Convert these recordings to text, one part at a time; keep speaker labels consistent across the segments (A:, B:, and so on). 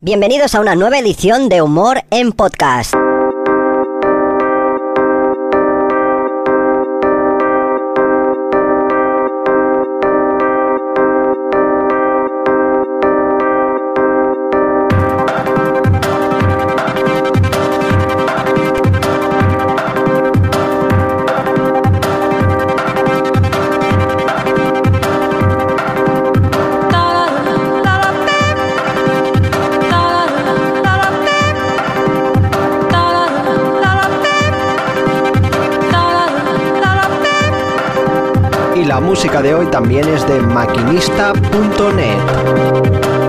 A: Bienvenidos a una nueva edición de Humor en Podcast.
B: Y la música de hoy también es de maquinista.net.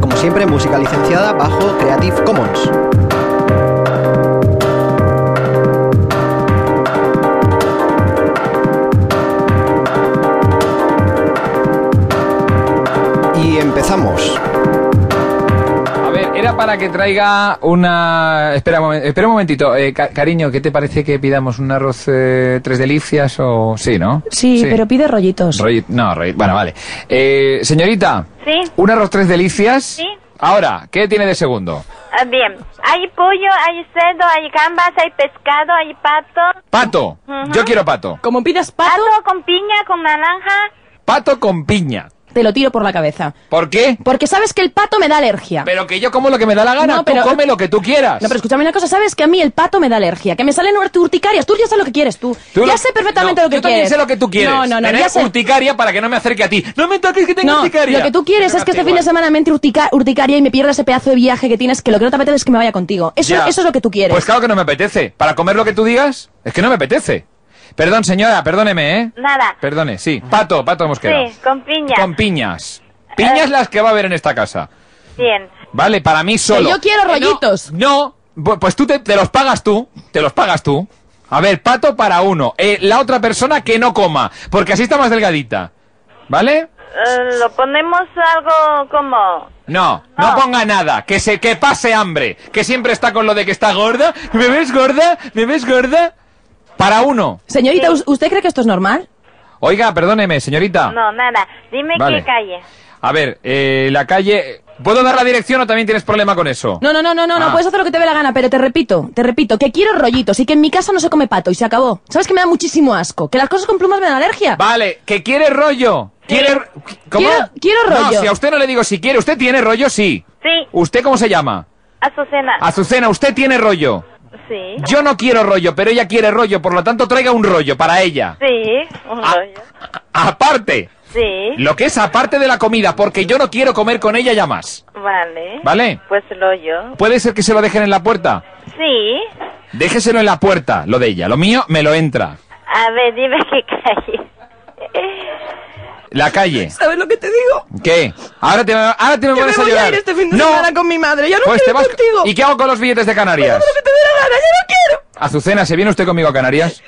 B: Como siempre, música licenciada bajo Creative Commons. Y empezamos.
C: A ver, era para que traiga una... Espera un, momen- espera un momentito. Eh, ca- cariño, ¿qué te parece que pidamos un arroz eh, tres delicias o...? Sí, ¿no?
D: Sí, pero pide rollitos.
C: Rolli- No, rolli- Bueno, vale. Eh, señorita.
E: Sí.
C: Un arroz tres delicias.
E: Sí.
C: Ahora, ¿qué tiene de segundo?
E: Ah, Bien, hay pollo, hay cerdo, hay gambas, hay pescado, hay pato.
C: Pato.
E: Ujú.
C: Yo quiero pato.
D: Como pidas pato,
E: Pato con piña, con naranja.
C: Pato con piña.
D: te lo tiro por la cabeza.
C: ¿Por qué?
D: Porque sabes que el pato me da alergia.
C: Pero que yo como lo que me da la gana.
D: No, pero-
C: Tú come lo que tú quieras.
D: No, pero escúchame una cosa, sabes que a mí el pato me da alergia, que me salen ur- urticarias. Tú ya sabes lo que quieres, tú.
C: Tú
D: ya
C: lo-
D: sé perfectamente
C: No,
D: lo que
C: yo
D: quieres.
C: también sé lo que tú quieres.
D: No, no, no,
C: Tener
D: ya sé.
C: urticaria para que no me acerque a ti. No me toques que tengo
D: No,
C: urticaria.
D: lo que tú quieres
C: Pero
D: es que
C: me da
D: este fin de
C: igual.
D: semana me entre urtica- urticaria y me pierda ese pedazo de viaje que tienes, que lo que no te apetece es que me vaya contigo. Eso,
C: Ya.
D: eso es lo que tú quieres.
C: Pues claro que no me apetece. Para comer lo que tú digas, es que no me apetece. Perdón, señora, perdóneme, ¿eh?
E: Nada.
C: Perdone, sí. Pato, pato hemos quedado.
E: Sí, con piña.
C: Con piñas. Eh. Piñas las que va a haber en esta casa.
E: Bien.
C: Vale, para mí solo.
D: yo quiero
C: Eh, no,
D: rollitos.
C: No, bu- pues tú te, te los pagas tú. Te los pagas tú. A ver, pato para uno. Eh, la otra persona que no coma, porque así está más delgadita. ¿Vale?
E: Eh, lo ponemos algo como...
C: No, no
D: Ah.
E: No.
C: ponga nada, que se que pase hambre, que siempre está con lo de que está gorda, ¿me ves gorda? ¿Me ves gorda? Para uno.
D: Señorita, ¿us- ¿usted cree que esto es normal?
C: Oiga, perdóneme, señorita.
E: No, nada. Dime
C: Vale.
E: qué calle.
C: A ver, eh, la calle, ¿puedo dar la dirección o también tienes problema con eso?
D: No, no, no, no, no, no,
C: Ah.
D: puedes hacer lo que te dé la gana, pero te repito, te repito, que quiero rollitos y que en mi casa no se come pato y se acabó. ¿Sabes que me da muchísimo asco? Que las cosas con plumas me dan alergia.
C: Vale, que quiere rollo. Quiere ¿Cómo?
D: Quiero- quiero
C: No,
D: rollo.
C: si a usted no le digo si quiere, usted tiene rollo sí.
E: Sí,
C: ¿Usted cómo se llama?
E: Azucena.
C: Azucena, usted tiene rollo.
E: sí.
C: Yo no quiero rollo, pero ella quiere rollo, por lo tanto traiga un rollo para ella.
E: Sí, un
C: Ah.
E: rollo.
C: Aparte.
E: Sí,
C: ¿Eh? Lo que es aparte de la comida, porque yo no quiero comer con ella ya más.
E: vale.
C: Vale.
E: Pues lo yo.
C: ¿Puede ser que se lo dejen en la puerta?
E: Sí.
C: Déjeselo en la puerta, lo de ella. Lo mío me lo entra.
E: A ver, dime qué calle.
C: La calle.
D: ¿Sabes lo que te digo?
C: ¿Qué? Ahora te, ahora te me
D: Yo
C: pones
D: me
C: a
D: voy
C: llorar.
D: a ir este fin de
C: no,
D: semana con mi madre. Yo no
C: pues te
D: quiero
C: vas.
D: ir contigo.
C: ¿Y qué hago con los billetes de Canarias?
D: Lo que te dé la gana, yo no quiero.
C: Azucena, ¿se viene usted conmigo a Canarias?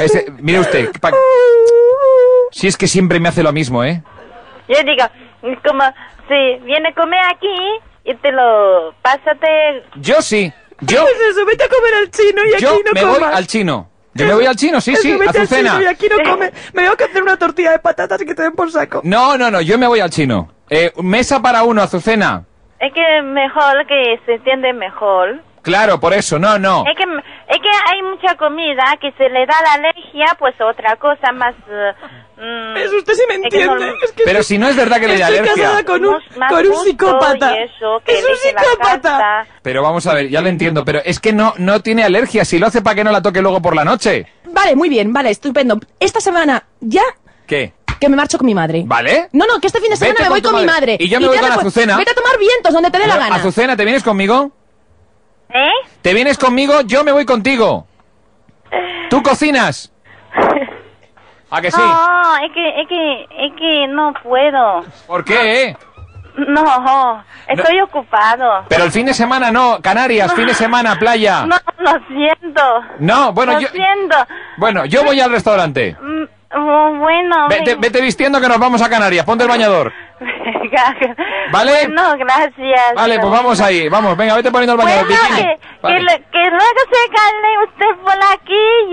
C: Ese- mire usted, pa- si es que siempre me hace lo mismo, ¿eh?
E: Yo digo, como si viene a comer aquí y te lo pásate
C: Yo sí, yo,
D: Pues eso, vete a comer al chino y
C: yo
D: aquí no
C: me
D: comas.
C: voy al chino. Yo me voy al chino, sí,
D: Eso,
C: sí,
D: vete al
C: Azucena.
D: chino y aquí no comes. Me veo que hacer una tortilla de patatas y que te den por saco.
C: No, no, no, yo me voy al chino. Eh, mesa para uno, Azucena.
E: Es que mejor que se entiende mejor.
C: Claro, por eso, no, no.
E: Es que es que hay mucha comida que se le da la alergia, pues otra cosa más. eh, mm,
D: Eso usted sí me
E: es que no-
D: entiende. Es que
C: Pero si no es verdad que le dé
D: estoy casada
C: alergia.
D: con un,
E: Más
D: con un
E: justo
D: psicópata.
E: y eso, que
D: es un
E: elige la
D: psicópata.
E: carta.
C: Pero vamos a ver, ya lo entiendo, pero es que no, no tiene alergia. Si lo hace para que no la toque luego por la noche.
D: Vale, muy bien, vale, estupendo. Esta semana ya
C: ¿Qué?
D: que me marcho con mi madre.
C: ¿Vale?
D: No, no, que este fin de semana
C: Vete
D: me
C: con
D: voy
C: tu
D: con mi
C: madre.
D: madre.
C: Y yo me voy
D: te
C: con
D: hace-
C: Azucena.
D: Vete a tomar vientos donde te dé la gana.
C: Azucena, ¿te vienes conmigo?
E: ¿Eh?
C: ¿Te vienes conmigo? Yo me voy contigo. ¿Tú cocinas? ¿A que sí?
D: Ah.
E: No, es que es que es que no puedo.
C: ¿Por qué? eh?
E: No, estoy ocupado.
C: Pero el fin de semana no, Canarias, fin de semana, playa.
E: No, lo siento.
C: No, bueno,
E: lo
C: yo.
E: siento.
C: Bueno, yo voy al restaurante.
E: Mm, Bueno,
C: Vete,
E: venga.
C: vete vistiendo que nos vamos a Canarias. Ponte el bañador.
E: oiga.
C: ¿Vale?
E: Bueno, gracias.
C: Vale, pues vamos ahí, vamos, venga, vete poniendo el
E: Bueno,
C: bañador. bikini.
E: que,
C: Vale.
E: que, lo- que luego se gane usted por aquí y...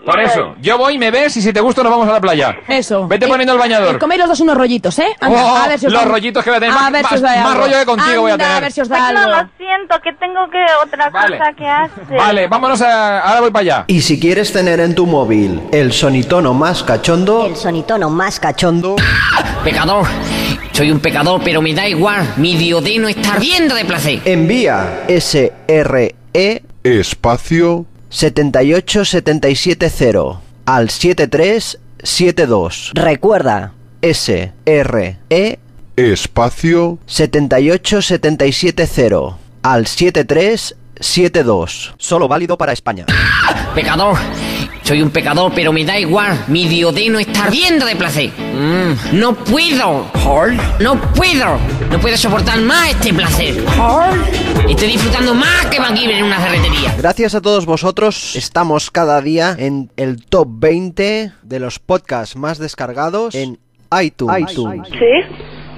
E: y
C: Por
E: lo-
C: eso, yo voy, me ves y si te gusta nos vamos a la playa.
D: Eso.
C: Vete
D: Y-
C: poniendo el bañador.
D: y coméis los dos unos rollitos, ¿eh?
C: Oh,
D: a ver si os
C: los
D: da-
C: rollitos que voy a tener.
D: A
C: Más-
D: ver si os
C: más-
D: da
C: más
D: algo.
C: rollo que contigo voy a
D: Anda,
C: tener.
D: A ver si os da
E: Bueno,
D: algo.
E: lo siento, que tengo que otra
C: Vale.
E: cosa que hacer.
C: Vale, vámonos a... Ahora voy para allá.
B: Y si quieres tener en tu móvil el sonitono más cachondo,
A: El sonitono más cachondo.
F: Pecador. Soy un pecador, pero me da igual. Mi diodeno está riendo de placer.
B: envía SRE
G: espacio
B: 78770 al 7372
A: Recuerda,
B: SRE
G: espacio
B: 78770 al 7372. Solo válido para España.
F: Pecador. Soy un pecador, pero me da igual. Mi diodeno está riendo de placer. Mm, no puedo. No puedo. No puedo soportar más este placer. Estoy disfrutando más que Van Giver en una ferretería.
B: Gracias a todos vosotros, estamos cada día en el top 20 de los podcasts más descargados en iTunes.
H: ¿Sí?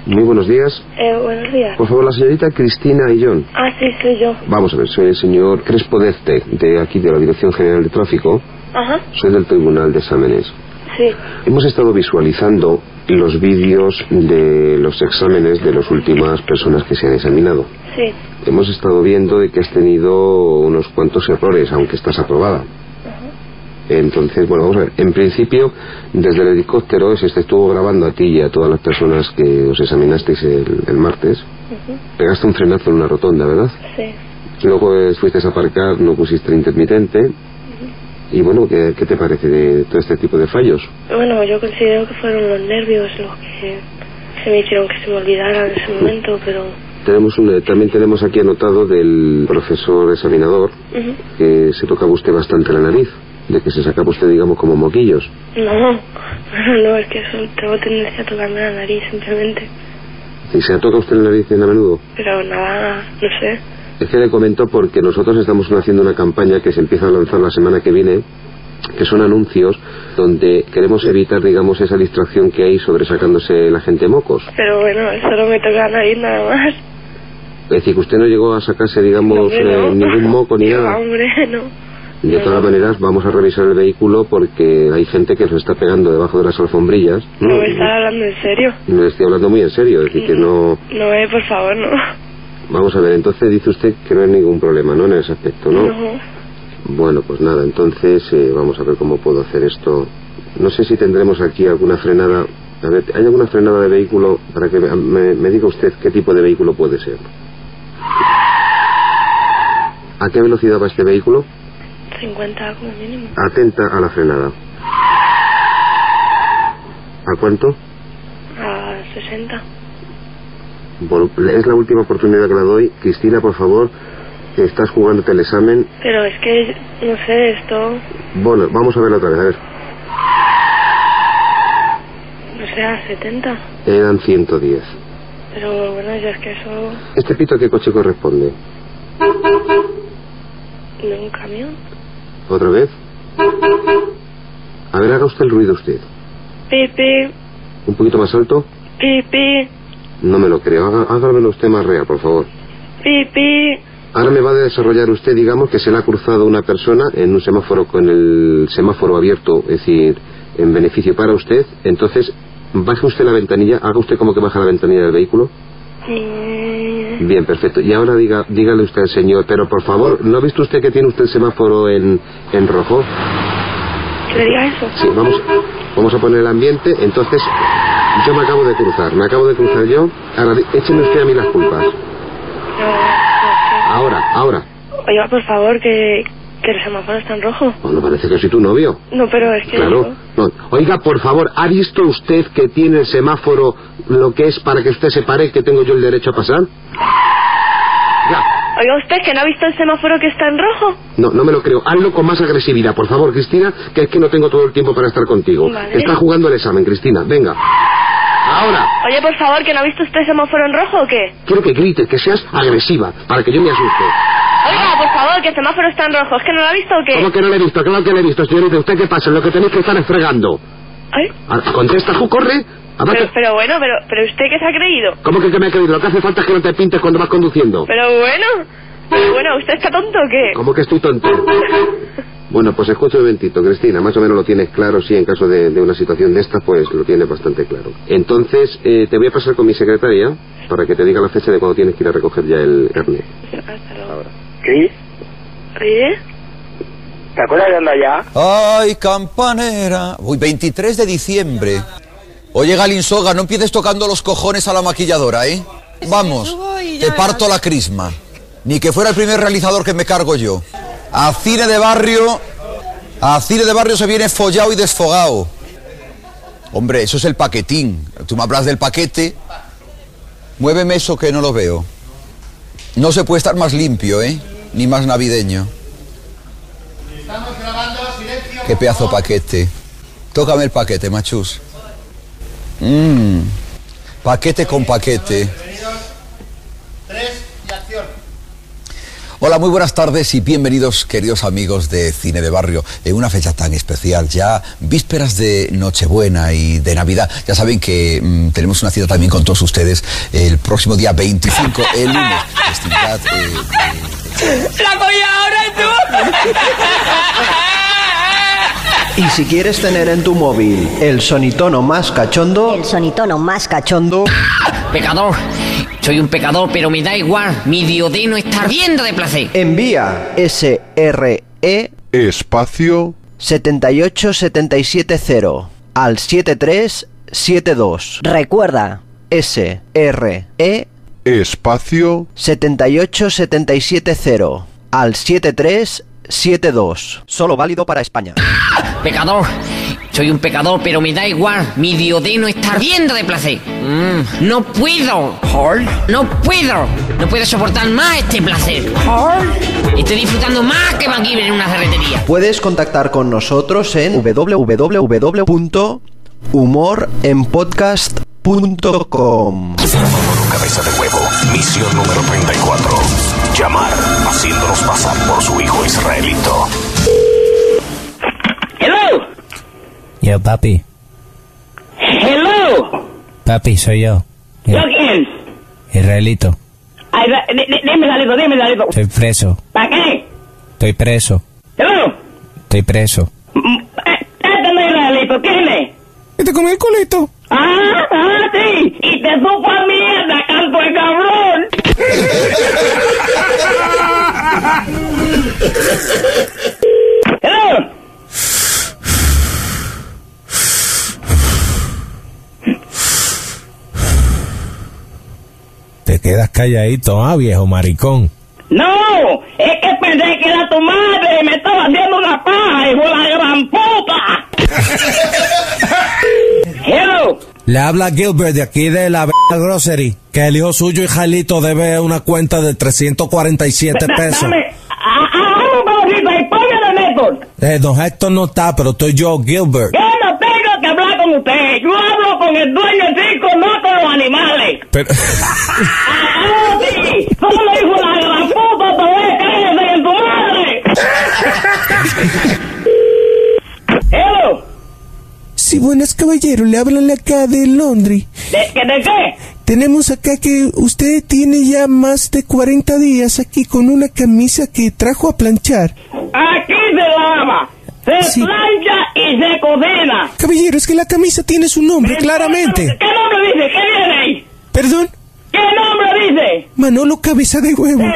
I: Muy buenos días.
H: Eh, buenos días.
I: Por favor, la señorita Cristina John.
H: Ah, sí, soy yo.
I: Vamos a ver, soy el señor Crespo Dezte, de aquí de la Dirección General de Tráfico.
H: Ajá,
I: Soy del Tribunal de Exámenes.
H: sí.
I: Hemos estado visualizando los vídeos de los exámenes de las últimas personas que se han examinado.
H: Sí,
I: Hemos estado viendo de que has tenido unos cuantos errores, aunque estás aprobada. Entonces, bueno, vamos a ver. En principio, desde el helicóptero se te estuvo grabando a ti y a todas las personas que os examinasteis el, el martes. Pegaste un frenazo en una rotonda, ¿verdad?
H: sí.
I: Luego eh, fuiste a aparcar, no pusiste el intermitente. Y bueno, ¿qué, qué te parece de todo este tipo de fallos?
H: Bueno, yo considero que fueron los nervios los que se me hicieron que se me olvidara en ese momento, pero...
I: Tenemos un- eh, también tenemos aquí anotado del profesor examinador
H: Ujú.
I: que se tocaba usted bastante la nariz, de que se sacaba usted, digamos, como moquillos.
H: No, no, es que eso tengo tendencia a tocarme la nariz simplemente.
I: ¿Y se toca usted la nariz bien a menudo?
H: Pero nada, no sé.
I: Es que le comento porque nosotros estamos haciendo una campaña que se empieza a lanzar la semana que viene, que son anuncios donde queremos evitar, digamos, esa distracción que hay sobre sacándose la gente mocos.
H: Pero bueno, solo me toca la nariz nada más.
I: Es decir, que usted no llegó a sacarse, digamos,
H: Hombre,
I: eh,
H: no.
I: ningún moco ni
H: No,
I: nada.
H: Hombre, no.
I: De
H: No,
I: todas
H: no.
I: maneras, vamos a revisar el vehículo porque hay gente que se está pegando debajo de las alfombrillas.
H: No me estás hablando en serio.
I: No estoy hablando muy en serio, es decir, que no...
H: No, eh, por favor, no.
I: Vamos a ver, entonces dice usted que no hay ningún problema, ¿no? En ese aspecto, ¿no?
H: no.
I: Bueno, pues nada, entonces eh, vamos a ver cómo puedo hacer esto. No sé si tendremos aquí alguna frenada. A ver, ¿hay alguna frenada de vehículo para que me, me- me diga usted qué tipo de vehículo puede ser? ¿A qué velocidad va este vehículo?
H: 50 como mínimo.
I: Atenta a la frenada. ¿A cuánto?
H: A 60.
I: Bueno, es la última oportunidad que la doy. Cristina, por favor, estás jugándote el examen.
H: Pero es que, no sé, esto,
I: Bueno, vamos a verlo otra vez. A ver,
H: no sé, a 70.
I: eran 110.
H: Pero bueno, ya es que eso
I: ¿Este pito a qué coche corresponde?
H: de un camión.
I: ¿Otra vez? A ver, haga usted el ruido usted.
H: Pipi,
I: ¿Un poquito más alto?
H: pipi,
I: No me lo creo. Haga, hágamelo usted más real, por favor.
H: pipi.
I: Ahora me va a desarrollar usted, digamos, que se le ha cruzado una persona en un semáforo con el semáforo abierto, es decir, en beneficio para usted. Entonces, baje usted la ventanilla, haga usted como que baja la ventanilla del vehículo.
H: Mm,
I: Bien, perfecto. Y ahora diga, dígale usted al señor, pero por favor, ¿no ha visto usted que tiene usted el semáforo en, en rojo?
H: ¿Que le diga eso?
I: Sí, vamos, vamos a poner el ambiente. Entonces, yo me acabo de cruzar, me acabo de cruzar yo. Ahora, di- écheme usted a mí las
H: No,
I: culpas.
H: no,
I: Ahora, ahora.
H: es que- Oiga, por favor, que, que el semáforo está en rojo.
I: Bueno, parece que soy tu novio.
H: No, pero es que...
I: Claro. No. Oiga, por favor, ¿ha visto usted que tiene el semáforo lo que es para que usted se pare que tengo yo el derecho a pasar? Ya.
H: Oiga, usted, que no ha visto el semáforo que está en rojo.
I: No, no me lo creo. Hazlo con más agresividad, por favor, Cristina, que es que no tengo todo el tiempo para estar contigo.
H: Vale.
I: Está jugando el examen, Cristina. Venga. Ahora.
H: Oye, por favor, que no ha visto usted el semáforo en rojo o qué?
I: Quiero que grites, que seas agresiva, para que yo me asuste.
H: Oiga, por favor, que el semáforo está en rojo. ¿Es que no lo ha visto o qué?
I: ¿Cómo que no le he visto? Claro que le he visto, señorita. ¿Usted qué pasa? Lo que tenéis que estar es fregando.
H: Ay,
I: Ah, Contesta, tú, corre. Además
H: Pero,
I: que-
H: pero bueno, pero, pero usted qué se ha creído.
I: ¿Cómo que, que me ha creído? Lo que hace falta es que no te pintes cuando vas conduciendo.
H: Pero bueno, pero bueno, ¿usted está tonto o qué?
I: ¿Cómo que estoy tonto? Bueno, pues escucha un momentito, Cristina. Más o menos lo tienes claro, sí, en caso de, de una situación de esta, pues lo tienes bastante claro. Entonces, eh, te voy a pasar con mi secretaria para que te diga la fecha de cuando tienes que ir a recoger ya el carnet.
H: Hasta luego.
J: Cris,
H: ¿Oye?
J: ¿te acuerdas de andar ya?
K: ¡Ay, campanera! Uy, 23 de diciembre. Oye, Galinsoga, no empieces tocando los cojones a la maquilladora, ¿eh? Vamos, te parto la crisma. Ni que fuera el primer realizador que me cargo yo. A cine de barrio... A cine de barrio se viene follado y desfogado. Hombre, eso es el paquetín. Tú me hablas del paquete. Muéveme eso que no lo veo. No se puede estar más limpio, ¿eh? Ni más navideño. Qué pedazo paquete. Tócame el paquete, machus. Mmm. Paquete con paquete. Hola, muy buenas tardes y bienvenidos, queridos amigos de Cine de Barrio, en una fecha tan especial, ya vísperas de Nochebuena y de Navidad. Ya saben que mm, tenemos una cita también con todos ustedes el próximo día 25, el lunes. Festividad, eh,
L: ¡La polla ahora
B: Y si quieres tener en tu móvil el sonitono más cachondo... El sonitono más cachondo...
F: Pecador. Soy un pecador, pero me da igual. Mi diodeno está ardiendo de placer.
B: Envía E SRE
G: espacio
B: 78770 al 7372. Recuerda SRE
G: espacio
B: 78770 al 7372. Solo válido para España.
F: Pecador. Soy un pecador, pero me da igual. Mi diodeno está ardiendo de placer. Mm, no puedo. No puedo. No puedo soportar más este placer. Estoy disfrutando más que Van Giver en una ferretería.
B: Puedes contactar con nosotros en www.humorenpodcast.com.
M: Cabeza de huevo, misión número 34. Llamar, haciéndonos pasar por su hijo israelito.
L: ¡Hello!
N: Yo, papi.
L: ¡Hello!
N: Papi, soy yo. Eh,
L: ¿Yo quién?
N: Israelito.
L: Ay, da- di- di- Dime la letra, dime la letra.
N: Estoy preso.
L: ¿Para qué?
N: Estoy preso.
L: ¡Hello!
N: Estoy preso.
L: Esta no es la letra, ¿quién es?
N: ¿Y te comí Este el culito?
L: ¡Ah, ah, sí! ¡Y te supo a mierda, canto de cabrón! ¡Hello!
O: Te quedas calladito, ah, viejo maricón.
L: ¡No! Es que pensé que era tu madre y me estaba haciendo una paja, hijo de la gran puta. ¡Hello!
O: Le habla Gilbert de aquí de la B- Grocery, que el hijo suyo y Jalito debe una cuenta de 347
L: Da-
O: pesos.
L: Dame, ah, ah, dame un pedacito ahí, póngale en esto.
O: Eh, don Héctor no está, pero estoy yo, Gilbert.
L: Yo no tengo que hablar con usted. Yo hablo con el dueño del circo, no con los animales.
O: Pero...
L: ¡Ah, sí! ¡Solo hijo de la gran puta, te voy a caer en tu madre! ¡Hello!
P: Sí, buenas caballero, le hablan acá de Londres.
L: ¿De, que- de qué?
P: Tenemos acá que usted tiene ya más de 40 días aquí con una camisa que trajo a planchar.
L: Aquí se lava, se
P: Sí.
L: plancha y se cocina.
P: Caballero, es que la camisa tiene su nombre, claramente.
L: ¿Qué nombre dice? ¿Qué viene ahí?
P: ¿Perdón?
L: ¿Qué nombre dice?
P: Manolo Cabeza de Huevo.
L: Eh,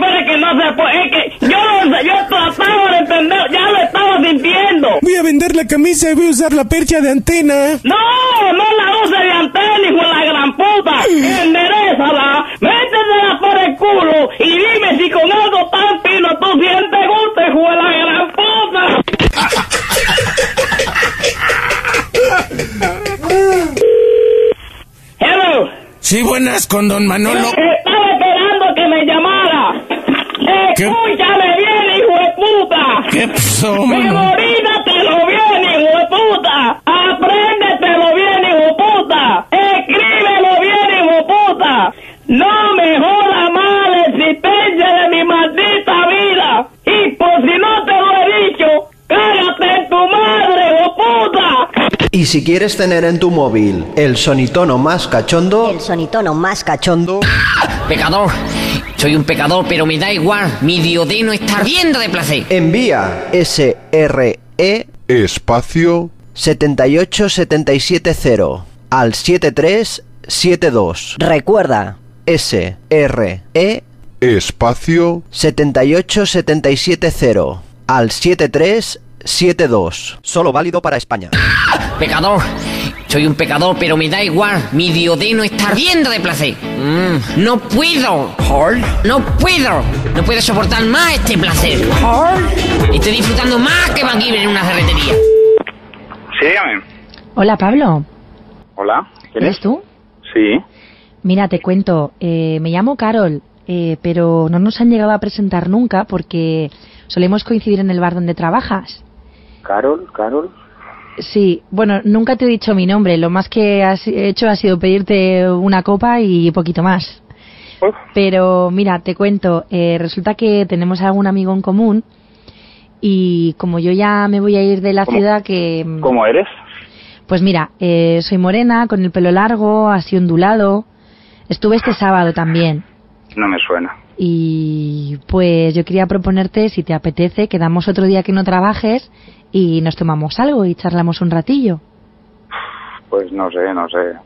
L: pero que no se puede, es que yo, no sé, yo trataba de entender, ya lo estaba sintiendo.
P: Voy a vender la camisa y voy a usar la percha de antena.
L: No, no la usa de antena, hijo de la gran puta. Enderezala, métetela por el culo y dime si con algo tan fino tú sientes gusto, hijo de la gran puta. Hello. Eh,
O: Sí, buenas con don Manolo.
L: Estaba esperando que me llamara. Escúchame bien, hijo de puta.
O: ¿Qué pasó,
L: Mi
O: mano?
L: morida te lo viene, hijo de puta. Apréndetelo bien, hijo de puta. Escríbelo bien, hijo de puta. No me joda más la existencia de mi maldita vida. Y por si no te lo he dicho, cállate en tu madre, hijo de puta.
B: Y Y si quieres tener en tu móvil el sonitono más cachondo...
A: El sonitono más cachondo...
F: Pecador. Soy un pecador, pero me da igual. Mi diodeno está ardiendo de placer.
B: Envía SRE...
G: Espacio
B: 78770 al 7372.
A: Recuerda.
B: SRE...
G: Espacio
B: 78770 al 7372. Solo válido para España.
F: Pecador. Soy un pecador, pero me da igual. Mi diodeno está ardiendo de placer. Mm, no puedo. No puedo. No puedo soportar más este placer. Estoy disfrutando más que Van Giver en una ferretería.
J: Sí, dígame.
Q: Hola, Pablo.
J: Hola, ¿quién
Q: ¿Eres
J: es?
Q: tú?
J: Sí.
Q: Mira, te cuento. eh, me llamo Carol, eh, pero no nos han llegado a presentar nunca porque solemos coincidir en el bar donde trabajas.
J: Carol, Carol.
Q: Sí, bueno, nunca te he dicho mi nombre. Lo más que has hecho ha sido pedirte una copa y poquito más. Pero mira, te cuento, eh, resulta que tenemos algún amigo en común y como yo ya me voy a ir de la
J: ¿Cómo?
Q: ciudad que... mm,
J: ¿Cómo eres?
Q: Pues mira, eh, soy morena, con el pelo largo, así ondulado. Estuve este sábado también.
J: No me suena.
Q: Y pues yo quería proponerte, si te apetece, quedamos otro día que no trabajes y nos tomamos algo y charlamos un ratillo.
J: Pues no sé, no sé.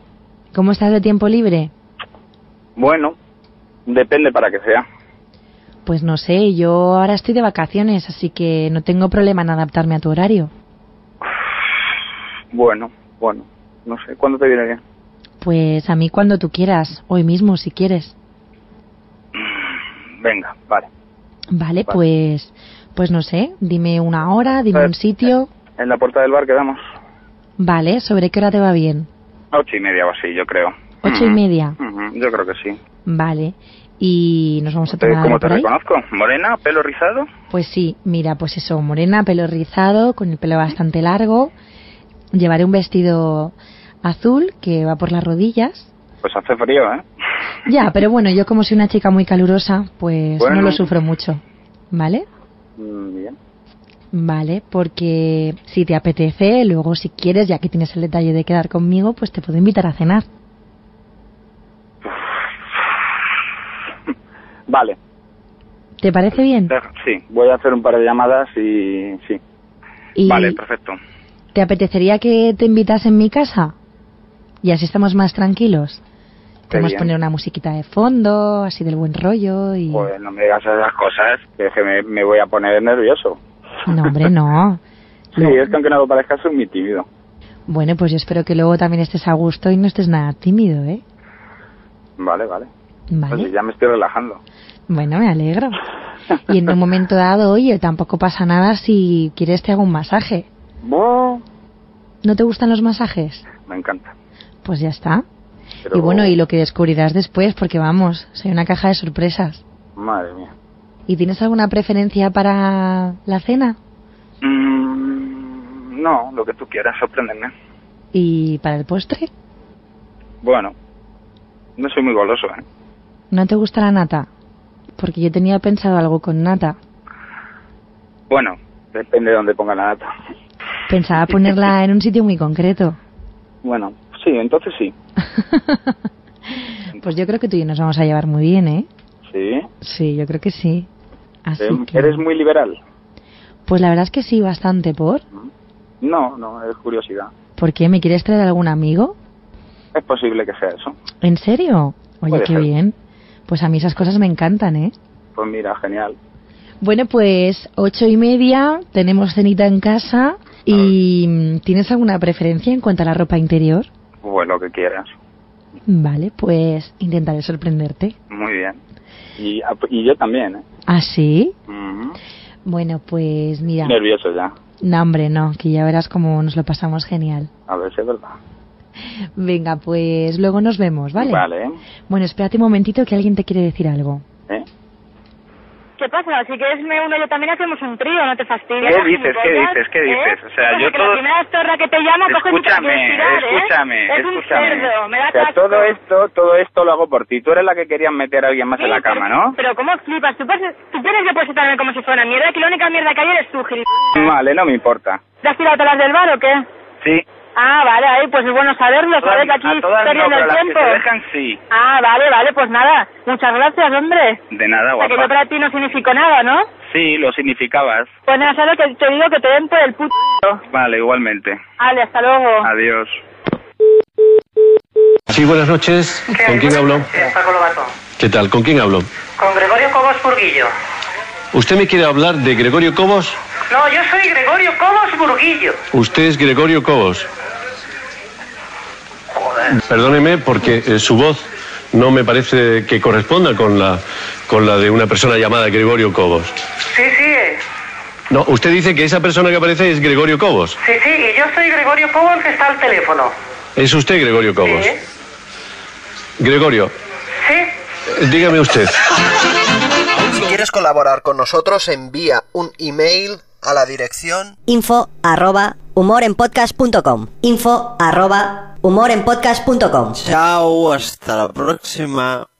Q: ¿Cómo estás de tiempo libre?
J: Bueno, depende para que sea.
Q: Pues no sé, yo ahora estoy de vacaciones, así que no tengo problema en adaptarme a tu horario.
J: Bueno, bueno. No sé, ¿cuándo te viene bien?
Q: Pues a mí cuando tú quieras, hoy mismo si quieres.
J: Venga, vale.
Q: Vale,
J: Vale.
Q: pues pues no sé, dime una hora, dime un sitio.
J: En la puerta del bar quedamos.
Q: Vale, ¿sobre qué hora te va bien?
J: Ocho y media o así, yo creo.
Q: Ocho y
J: Ujú,
Q: media.
J: ujú, Yo creo que sí.
Q: Vale. ¿Y nos vamos a tomar
J: Te-
Q: algo
J: ¿Cómo te
Q: por ahí?
J: reconozco? ¿Morena? ¿Pelo rizado?
Q: Pues sí, mira, pues eso, morena, pelo rizado, con el pelo bastante largo. Llevaré un vestido azul que va por las rodillas.
J: Pues hace frío, ¿eh?
Q: Ya, pero bueno, yo como soy una chica muy calurosa, pues no
J: Bueno.
Q: lo sufro mucho. ¿Vale?
J: Mm, Bien.
Q: Vale, porque si te apetece, luego si quieres, ya que tienes el detalle de quedar conmigo, pues te puedo invitar a cenar.
J: Vale.
Q: ¿Te parece bien?
J: Deja- Sí, voy a hacer un par de llamadas y sí.
Q: Y-
J: Vale, perfecto.
Q: ¿Te apetecería que te invitas en mi casa? Y así estamos más tranquilos. Podemos
J: bien.
Q: poner una musiquita de fondo, así del buen rollo y...
J: Pues no me digas esas cosas, que, es que me, me voy a poner nervioso.
Q: No, hombre, no.
J: Sí, es que aunque no lo parezca, soy muy tímido.
Q: Bueno, pues yo espero que luego también estés a gusto y no estés nada tímido, ¿eh?
J: Vale, vale.
Q: Vale.
J: Pues ya me estoy relajando.
Q: Bueno, me alegro. Y en un momento dado, oye, tampoco pasa nada si quieres te hago un masaje.
J: Buah,
Q: ¿No te gustan los masajes?
J: Me encanta.
Q: Pues ya está.
J: Pero-
Q: Y bueno, y lo que descubrirás después, porque vamos, soy una caja de sorpresas.
J: Madre mía.
Q: ¿Y tienes alguna preferencia para la cena?
J: Mm, no, lo que tú quieras, sorpréndeme.
Q: ¿Y para el postre?
J: Bueno, no soy muy goloso, ¿eh?
Q: ¿No te gusta la nata? Porque yo tenía pensado algo con nata.
J: Bueno, depende de dónde ponga la nata.
Q: Pensaba ponerla en un sitio muy concreto.
J: Bueno, sí, entonces sí.
Q: Pues yo creo que tú y yo nos vamos a llevar muy bien, ¿eh?
J: Sí.
Q: Sí, yo creo que sí. Así
J: Eh,
Q: que...
J: ¿Eres muy liberal?
Q: Pues la verdad es que sí, bastante por.
J: No, no, es curiosidad.
Q: ¿Por qué? ¿Me quieres traer algún amigo?
J: Es posible que sea eso.
Q: ¿En serio? Oye,
J: Puede
Q: qué
J: ser.
Q: bien. Pues a mí esas cosas me encantan, ¿eh?
J: Pues mira, genial.
Q: Bueno, pues ocho y media, tenemos cenita en casa y mm, ¿tienes alguna preferencia en cuanto a la ropa interior?
J: Pues lo que quieras.
Q: Vale, pues intentaré sorprenderte.
J: Muy bien. Y, ap- y yo también, ¿eh?
Q: ¿Ah, sí?
J: Ujú.
Q: Bueno, pues mira.
J: Nervioso ya.
Q: No, hombre, no, que ya verás cómo nos lo pasamos genial.
J: A ver si es verdad.
Q: Venga, pues luego nos vemos, ¿vale?
J: Vale.
Q: Bueno, espérate un momentito que alguien te quiere decir algo.
E: ¿Qué pasa? Si quieres me uno yo también hacemos un trío, no te fastidies.
J: ¿Qué dices? ¿Qué
E: gilipollas,
J: dices? ¿Qué
E: ¿eh?
J: dices? O sea,
E: Oye,
J: yo
E: que
J: todo-
E: La primera zorra que te llama coge tu
J: Escúchame,
E: tranquilidad, ¿eh?
J: escúchame,
E: Es un
J: escúchame.
E: cerdo, me da
J: O sea,
E: asco.
J: todo esto, todo esto lo hago por ti. Tú eres la que querías meter a alguien más en la cama, ¿no?
E: Pero ¿cómo flipas? Tú, puedes- tú tienes que posicionarme como si fuera una mierda, que la única mierda que hay eres tú, gilipollas.
J: Vale, no me importa.
E: ¿Te has tirado todas las del bar o qué?
J: Sí,
R: Ah, vale, ahí, pues es bueno saberlo,
J: Todas-
R: saber que aquí
J: a todas
R: perdiendo
J: no, pero
R: el
J: las que
R: tiempo.
J: te dejan sí.
R: Ah, vale, vale, pues nada. Muchas gracias, hombre.
J: De nada,
R: O sea, que yo
J: guapa.
R: para ti no significó nada, ¿no?
J: Sí, lo significabas.
R: Pues nada, ¿sabes lo que te digo? Que te den por el puto.
J: Vale, igualmente.
R: Vale, hasta luego.
J: Adiós.
S: Sí, buenas noches. ¿Con quién hablo?
L: Paco Lobato.
S: ¿Qué tal? ¿Con quién hablo?
L: Con Gregorio Cobos Burguillo.
S: ¿Usted me quiere hablar de Gregorio Cobos?
L: No, yo soy Gregorio Cobos Burguillo.
S: Usted es Gregorio Cobos. Perdóneme porque eh, su voz no me parece que corresponda con la, con la de una persona llamada Gregorio Cobos.
L: Sí, sí, eh.
S: No, usted dice que esa persona que aparece es Gregorio Cobos.
L: sí, sí, y yo soy Gregorio Cobos que está al teléfono.
S: ¿Es usted Gregorio Cobos?
L: Sí,
S: Gregorio,
L: sí.
S: eh, dígame usted.
B: Si quieres colaborar con nosotros, envía un email a la dirección
A: Info arroba humorenpodcast.com. Info arroba humorenpodcast.com.
B: Chao, hasta la próxima.